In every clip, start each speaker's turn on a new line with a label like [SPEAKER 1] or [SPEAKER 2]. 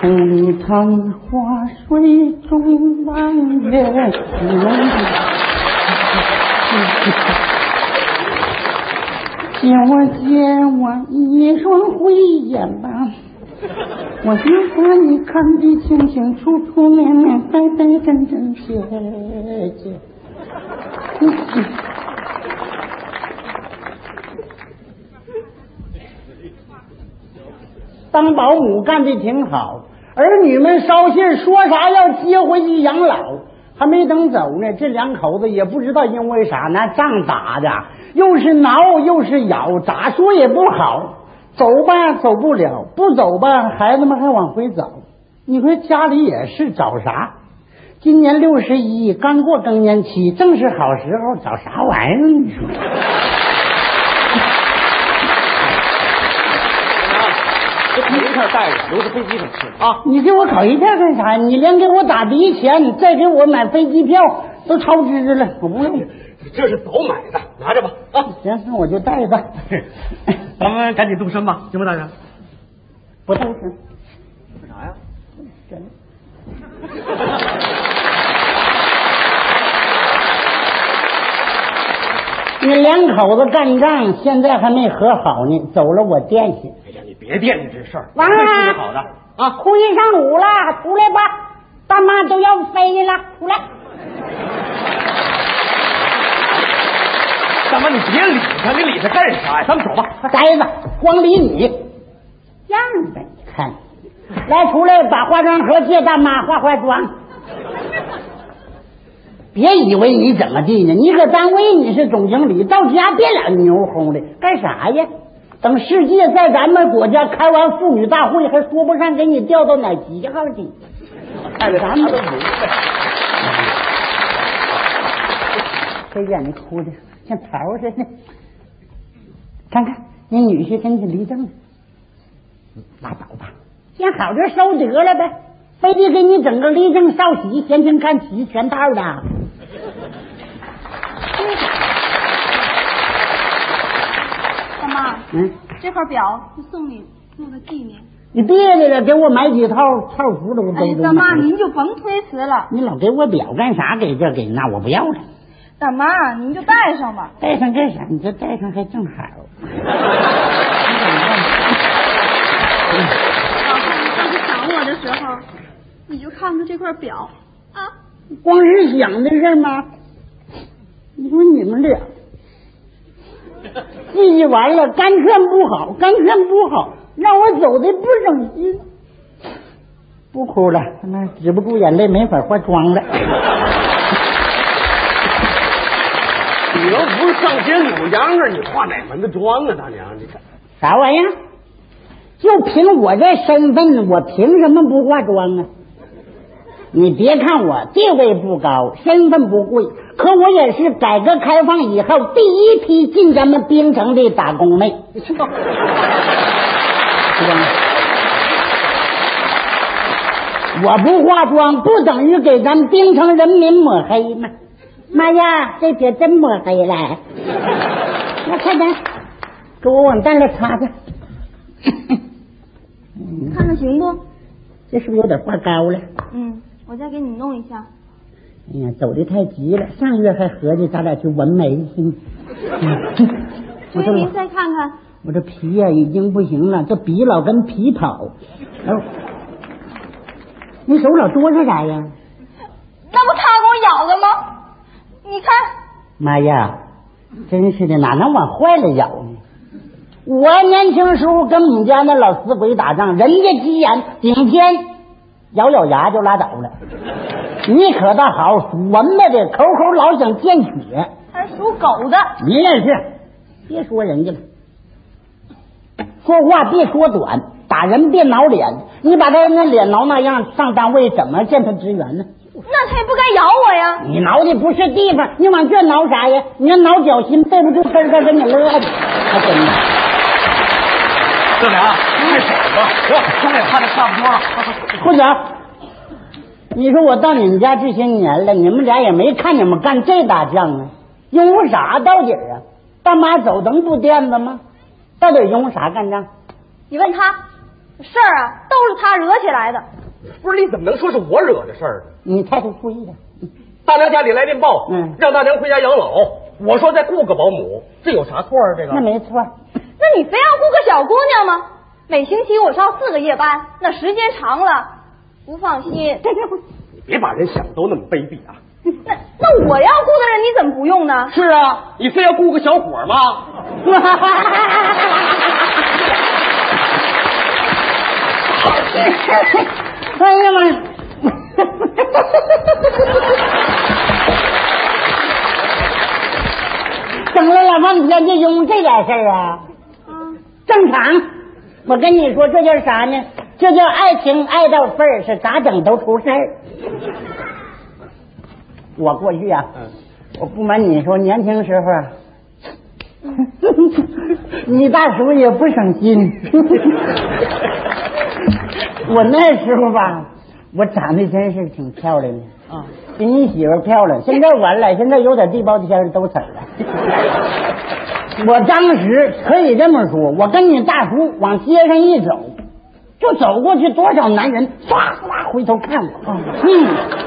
[SPEAKER 1] 红糖花水中满月借我借我一双慧眼吧，我就把你看得清清楚楚、明明白白、真真切切。 当保姆干的挺好，儿女们捎信说啥要接回去养老，还没等走呢，这两口子也不知道因为啥，那仗打的又是挠又是咬，咋说也不好。走吧，走不了；不走吧，孩子们还往回找。你说家里也是找啥？今年六十一，刚过更年期，正是好时候，找啥玩意儿？你说？
[SPEAKER 2] 这烤鱼片带着，留着飞机上吃啊。
[SPEAKER 1] 你给我搞一票干啥呀？你连给我打的钱，再给我买飞机票都超支了，我不用。
[SPEAKER 2] 这是早买的，拿着吧啊。
[SPEAKER 1] 行，那我就带吧。
[SPEAKER 2] 咱们赶紧动身吧，行吗，大人？
[SPEAKER 1] 不动身，
[SPEAKER 2] 干啥呀？
[SPEAKER 1] 真的你两口子干仗，现在还没和好呢，走了我惦记。
[SPEAKER 2] 哎呀，你别惦记这事儿，
[SPEAKER 3] 完了
[SPEAKER 2] 这是好的啊。
[SPEAKER 3] 哭一上午了，出来吧，爸妈都要飞了，出来。
[SPEAKER 2] 大妈，你别理他，你理他干啥呀？咱们走吧。
[SPEAKER 1] 呆子，光理你
[SPEAKER 3] 样儿呗，
[SPEAKER 1] 看，来出来把化妆盒借大妈化化妆。别以为你怎么地呢？你搁单位你是总经理，到家别俩牛哄的，干啥呀？等世界在咱们国家开完妇女大会，还说不上给你调到哪级号去。
[SPEAKER 2] 看
[SPEAKER 1] 咱们这眼睛哭的像桃儿似的。 看看你女婿跟你离证了，拉倒吧，见好就收得了呗，非得给你整个离证少喜、闲情看齐全套的。
[SPEAKER 4] 大妈，
[SPEAKER 1] 嗯，
[SPEAKER 4] 这块表就送你做个纪念。
[SPEAKER 1] 你别的了，给我买几套套服的，我
[SPEAKER 4] 哎
[SPEAKER 1] 都
[SPEAKER 4] 呀，
[SPEAKER 1] 都
[SPEAKER 4] 大
[SPEAKER 1] 买
[SPEAKER 4] 妈，
[SPEAKER 1] 了。
[SPEAKER 4] 您就甭推辞了，
[SPEAKER 1] 你老给我表干啥？给这给那，我不要了。
[SPEAKER 4] 大妈您就带上吧。
[SPEAKER 1] 戴上干啥？你这戴上还正好。
[SPEAKER 4] 老公，啊你上次想我的时候，你就看看这块表啊。
[SPEAKER 1] 光是想的事儿吗？你说你们俩记忆完了，干劝不好，干劝不好，让我走的不省心。不哭了，他妈止不住眼泪，没法化妆了。
[SPEAKER 2] 你都不是上街扭秧歌，你化哪门子妆啊，大娘？你看，
[SPEAKER 1] 啥玩意儿？就凭我这身份，我凭什么不化妆啊？你别看我地位不高，身份不贵，可我也是改革开放以后第一批进咱们冰城的打工妹。 知道吗？我不化妆，不等于给咱冰城人民抹黑吗？妈呀，这撇真抹黑了！那快点，给我往蛋里擦擦。嗯
[SPEAKER 4] 看看行不？
[SPEAKER 1] 这是不是有点挂高了？
[SPEAKER 4] 嗯，我再给你弄一下。
[SPEAKER 1] 哎呀，走的太急了。上月还合计咱俩去纹眉去，我
[SPEAKER 4] 所以
[SPEAKER 1] 这
[SPEAKER 4] 您再看看，
[SPEAKER 1] 我这皮呀、已经不行了，这笔老跟皮跑。哎呦，你手老哆嗦啥呀？
[SPEAKER 4] 那不他给我咬的吗？你看，
[SPEAKER 1] 妈呀，真是的，哪能往坏了咬呢？我年轻时候跟我们家那老死鬼打仗，人家急眼顶天，咬咬牙就拉倒了。你可倒好，文的的口口老想见血，
[SPEAKER 4] 他是属狗的。
[SPEAKER 1] 你也是，别说人家了，说话别说短，打人别挠脸，你把他那脸挠那样，上单位怎么见他职员呢？
[SPEAKER 4] 那他也不该咬我呀！
[SPEAKER 1] 你挠的不是地方，你往这挠啥呀？你要挠脚心，对不住，根儿根儿跟你乐的，还真的。嗯
[SPEAKER 2] 大娘太傻了，咱俩看着差不多了。
[SPEAKER 1] 混子，你说我到你们家这些年了，你们俩也没看你们干这打仗啊？因为啥到底儿啊？大妈走能不垫子吗？到底因为啥干仗？
[SPEAKER 4] 你问他，事儿啊，都是他惹起来的。
[SPEAKER 2] 不是，你怎么能说是我惹的事儿呢？啊
[SPEAKER 1] 你太太故意的。
[SPEAKER 2] 大娘家里来电报，
[SPEAKER 1] 嗯
[SPEAKER 2] 让大娘回家养老。我说再雇个保姆，这有啥错啊？这个
[SPEAKER 1] 那没错，
[SPEAKER 4] 那你非要雇个小姑娘吗？每星期我上四个夜班，那时间长了不放心。
[SPEAKER 2] 你别把人想都那么卑鄙啊！
[SPEAKER 4] 那那我要雇的人你怎么不用呢？
[SPEAKER 2] 是啊，你非要雇个小伙吗？
[SPEAKER 1] 哎呀妈呀！整了老半天就因为这点事儿啊？正常。我跟你说，这叫啥呢？这叫爱情爱到份儿上，咋整都出事儿。我过去啊，
[SPEAKER 2] 嗯
[SPEAKER 1] 我不瞒你说，年轻时候啊， 你大叔也不省心。 我那时候吧，我长得真是挺漂亮的啊，比你媳妇儿漂 亮。现在完了，现在有点地包天儿都死了。我当时可以这么说，我跟你大叔往街上一走，就走过去多少男人唰唰回头看我，嗯，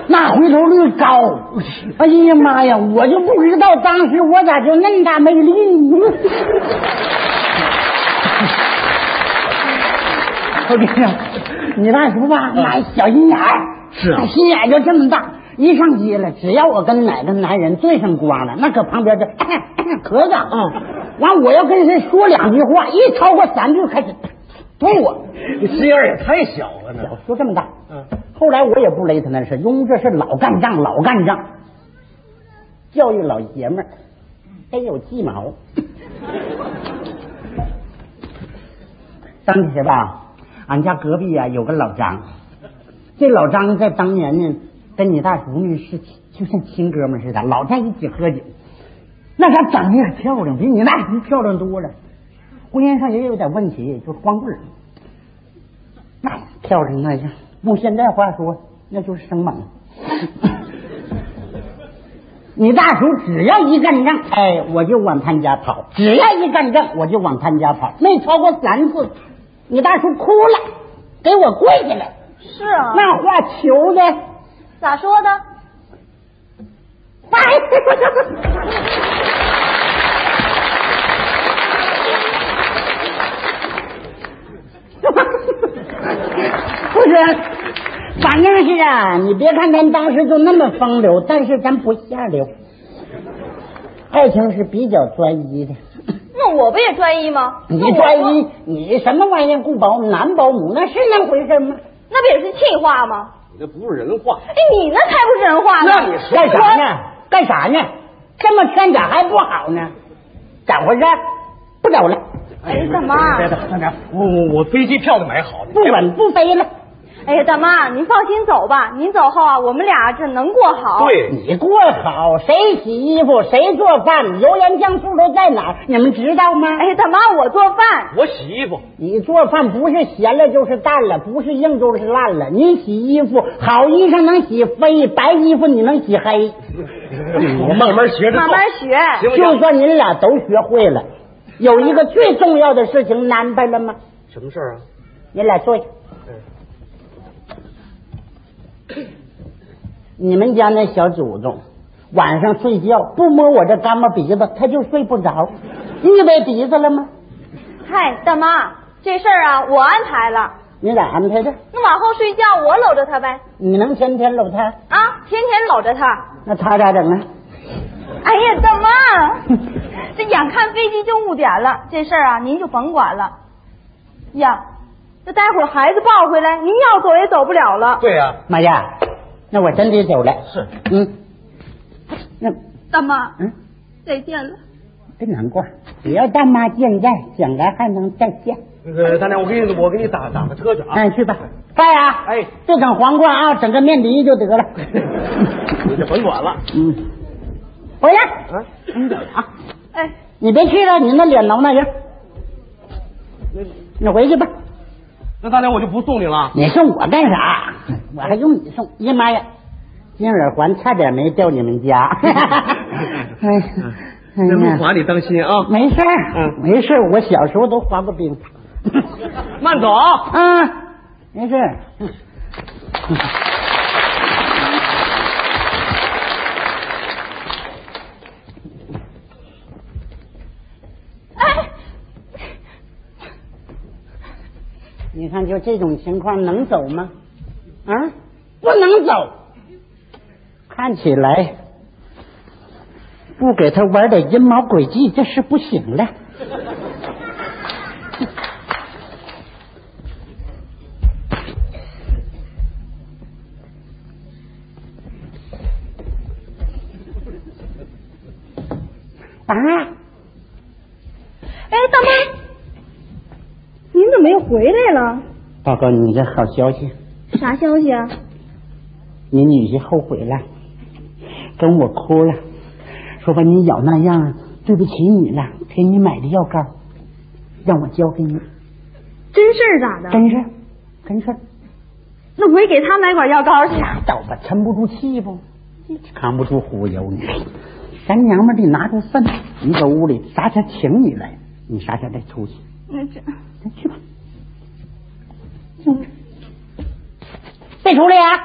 [SPEAKER 1] 那回头率高，哎呀妈呀，我就不知道当时我咋就那么大魅力呢？ 我跟你说，你大叔吧，那小心眼儿，
[SPEAKER 2] 嗯是啊
[SPEAKER 1] 那心眼儿就这么大。一上街了，只要我跟哪个男人对上光了，那搁旁边就咳咳咳的，嗯，完我要跟谁说两句话，一超过三句开始对我，
[SPEAKER 2] 你心眼儿也太小了呢。
[SPEAKER 1] 说这么大。
[SPEAKER 2] 嗯，
[SPEAKER 1] 后来我也不勒他那事，因为这是老干仗，老干仗，教育老爷们儿得有计谋。当时吧，俺家隔壁啊有个老张，这老张在当年呢，跟你大叔呢是就像亲哥们儿似的，老在一起喝酒。那他长得也漂亮，比你大叔漂亮多了。婚姻上也有点问题，就是光棍儿。那漂亮那样，用现在话说，那就是生猛。 你大叔只要一干仗，哎，我就往他家跑；只要一干仗，我就往他家跑。没超过三次，你大叔哭了，给我跪下来，
[SPEAKER 4] 是啊，
[SPEAKER 1] 那话求的，
[SPEAKER 4] 咋说的？
[SPEAKER 1] 拜。 不是，反正是啊，你别看咱当时就那么风流，但是咱不下流，爱情是比较专一的。
[SPEAKER 4] 那我不也专一吗？
[SPEAKER 1] 你
[SPEAKER 4] 那我
[SPEAKER 1] 专一，你什么玩意儿雇保姆、男保姆，那是那回事吗？
[SPEAKER 4] 那不也是气话吗？
[SPEAKER 2] 你这不是人话。
[SPEAKER 4] 哎，你那才不是人话呢！
[SPEAKER 2] 那你说
[SPEAKER 1] 干啥呢？干啥呢？这么劝咋还不好呢？咋回事？不走了，
[SPEAKER 4] 哎呀，大妈！
[SPEAKER 2] 别等，大娘，我我我飞机票都买好了。
[SPEAKER 1] 不稳不飞了。
[SPEAKER 4] 哎呀，大妈，您放心走吧，您走后啊，我们俩这能过好。，
[SPEAKER 2] 对，
[SPEAKER 1] 你过好，谁洗衣服，谁做饭，油盐酱醋都在哪儿？你们知道吗？
[SPEAKER 4] 哎呀，大妈，我做饭，
[SPEAKER 2] 我洗衣服，
[SPEAKER 1] 你做饭不是咸了就是淡了，不是硬就是烂了。你洗衣服，好衣裳能洗黑，白衣服你能洗黑。
[SPEAKER 2] 我慢慢学着做
[SPEAKER 4] 慢慢学。
[SPEAKER 2] 行不
[SPEAKER 1] 就
[SPEAKER 2] 行？
[SPEAKER 1] 算你俩都学会了，有一个最重要的事情安排了吗？
[SPEAKER 2] 什么事儿啊？
[SPEAKER 1] 你俩坐下。
[SPEAKER 2] 嗯
[SPEAKER 1] 你们家那小祖宗晚上睡觉不摸我这干巴鼻子，他就睡不着，预备鼻子了吗？
[SPEAKER 4] 嗨，大妈，这事儿啊，我安排了。
[SPEAKER 1] 你咋安排的？
[SPEAKER 4] 那往后睡觉我搂着他呗，
[SPEAKER 1] 你能天天搂他，
[SPEAKER 4] 啊，天天搂着他。
[SPEAKER 1] 那他咋整啊？
[SPEAKER 4] 哎呀，大 妈，这眼看飞机就误点了，这事儿啊您就甭管了。呀，这待会儿孩子抱回来，您要走也走不了了。
[SPEAKER 2] 对呀，
[SPEAKER 1] 妈呀，那我真得走了。
[SPEAKER 2] 是，
[SPEAKER 1] 嗯，那
[SPEAKER 4] 大妈，
[SPEAKER 1] 嗯，
[SPEAKER 4] 再见了。
[SPEAKER 1] 别难过，只要大妈健在，将来还能再见。
[SPEAKER 2] 那个大娘，我给你我给你打打个车去啊。
[SPEAKER 1] 嗯，去吧，干呀！
[SPEAKER 2] 哎
[SPEAKER 1] 就整黄瓜啊，整个面的就得了。
[SPEAKER 2] 你就甭管了。
[SPEAKER 1] 嗯，回来
[SPEAKER 2] 啊，
[SPEAKER 1] 啊！
[SPEAKER 4] 哎，
[SPEAKER 1] 你别去了，你那脸挠那样。你回去吧，
[SPEAKER 2] 那大娘我就不送你了。
[SPEAKER 1] 你送我干啥？我还用你送？哎呀妈呀，金耳环差点没掉你们 家。哎呀，哎
[SPEAKER 2] 那
[SPEAKER 1] 呀
[SPEAKER 2] 路滑你当心啊。
[SPEAKER 1] 没事儿，
[SPEAKER 2] 嗯
[SPEAKER 1] 没事儿我小时候都滑过冰。
[SPEAKER 2] 慢走啊，
[SPEAKER 1] 啊，没事儿。
[SPEAKER 4] 哎，
[SPEAKER 1] 你看，就这种情况能走吗？啊，不能走。看起来不给他玩点阴谋诡计，这是不行的。啊，
[SPEAKER 4] 哎，大妈，您怎么又回来了？
[SPEAKER 1] 报告你这好消息，
[SPEAKER 4] 啥消息啊？
[SPEAKER 1] 你女婿后悔了，跟我哭了，说把你咬那样对不起你了，给你买的药膏，让我交给你，
[SPEAKER 4] 真事儿咋的？
[SPEAKER 1] 真事儿，真事儿，
[SPEAKER 4] 那我也给他买管药膏去。
[SPEAKER 1] 拉倒吧，沉不住气不，扛不住忽悠你，咱娘们儿得拿出份，你搁屋里啥前请你来，你啥前再出去，
[SPEAKER 4] 那这，
[SPEAKER 1] 咱去吧，再嗯出来啊呀、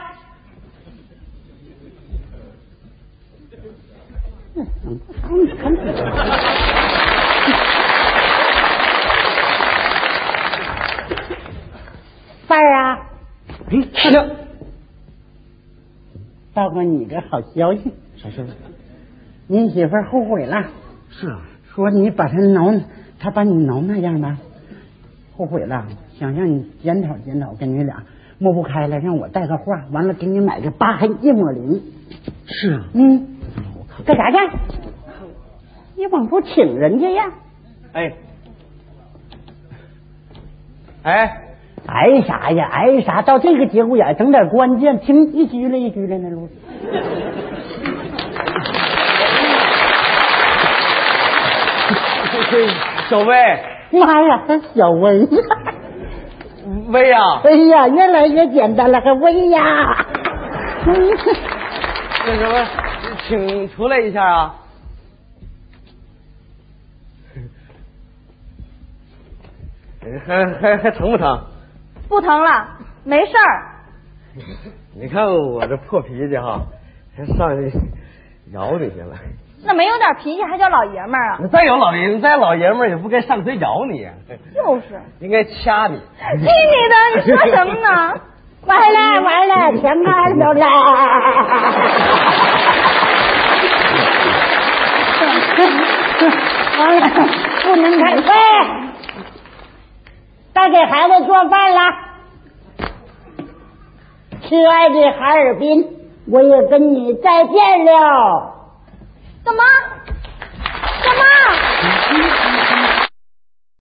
[SPEAKER 3] 范儿啊，
[SPEAKER 2] 嗯，是的。
[SPEAKER 1] 报告你个好消息，
[SPEAKER 2] 啥事儿？
[SPEAKER 1] 你媳妇儿后悔了。
[SPEAKER 2] 是啊，
[SPEAKER 1] 说你把他挠，他把你挠那样的，后悔了，想让你检讨检讨，跟你俩抹不开了，让我带个话，完了给你买个八黑叶抹林，
[SPEAKER 2] 是啊。
[SPEAKER 1] 嗯，干啥去？你往出请人家呀？
[SPEAKER 2] 哎，哎，
[SPEAKER 1] 挨啥呀？挨啥？到这个节骨眼儿整点关键，听一句了一句了那路。
[SPEAKER 2] 小薇，
[SPEAKER 1] 妈呀，小啊薇，
[SPEAKER 2] 薇啊呀，
[SPEAKER 1] 哎呀，越来越简单了，还薇呀？
[SPEAKER 2] 那什么，请出来一下啊。 还还还疼不疼？
[SPEAKER 4] 不疼了，没事儿。
[SPEAKER 2] 你看我这破脾气哈，还上去咬你去了。
[SPEAKER 4] 那没有点脾气还叫老爷们儿啊？
[SPEAKER 2] 你再有老爷，你再老爷们儿也不该上腿咬你呀，
[SPEAKER 4] 就是，
[SPEAKER 2] 应该掐你。
[SPEAKER 4] 去你的！你说什么呢？
[SPEAKER 1] 完了
[SPEAKER 4] 嗯
[SPEAKER 1] 完了，全干着了。完了，不能开会。该给孩子做饭了。亲爱的哈尔滨，我也跟你再见了。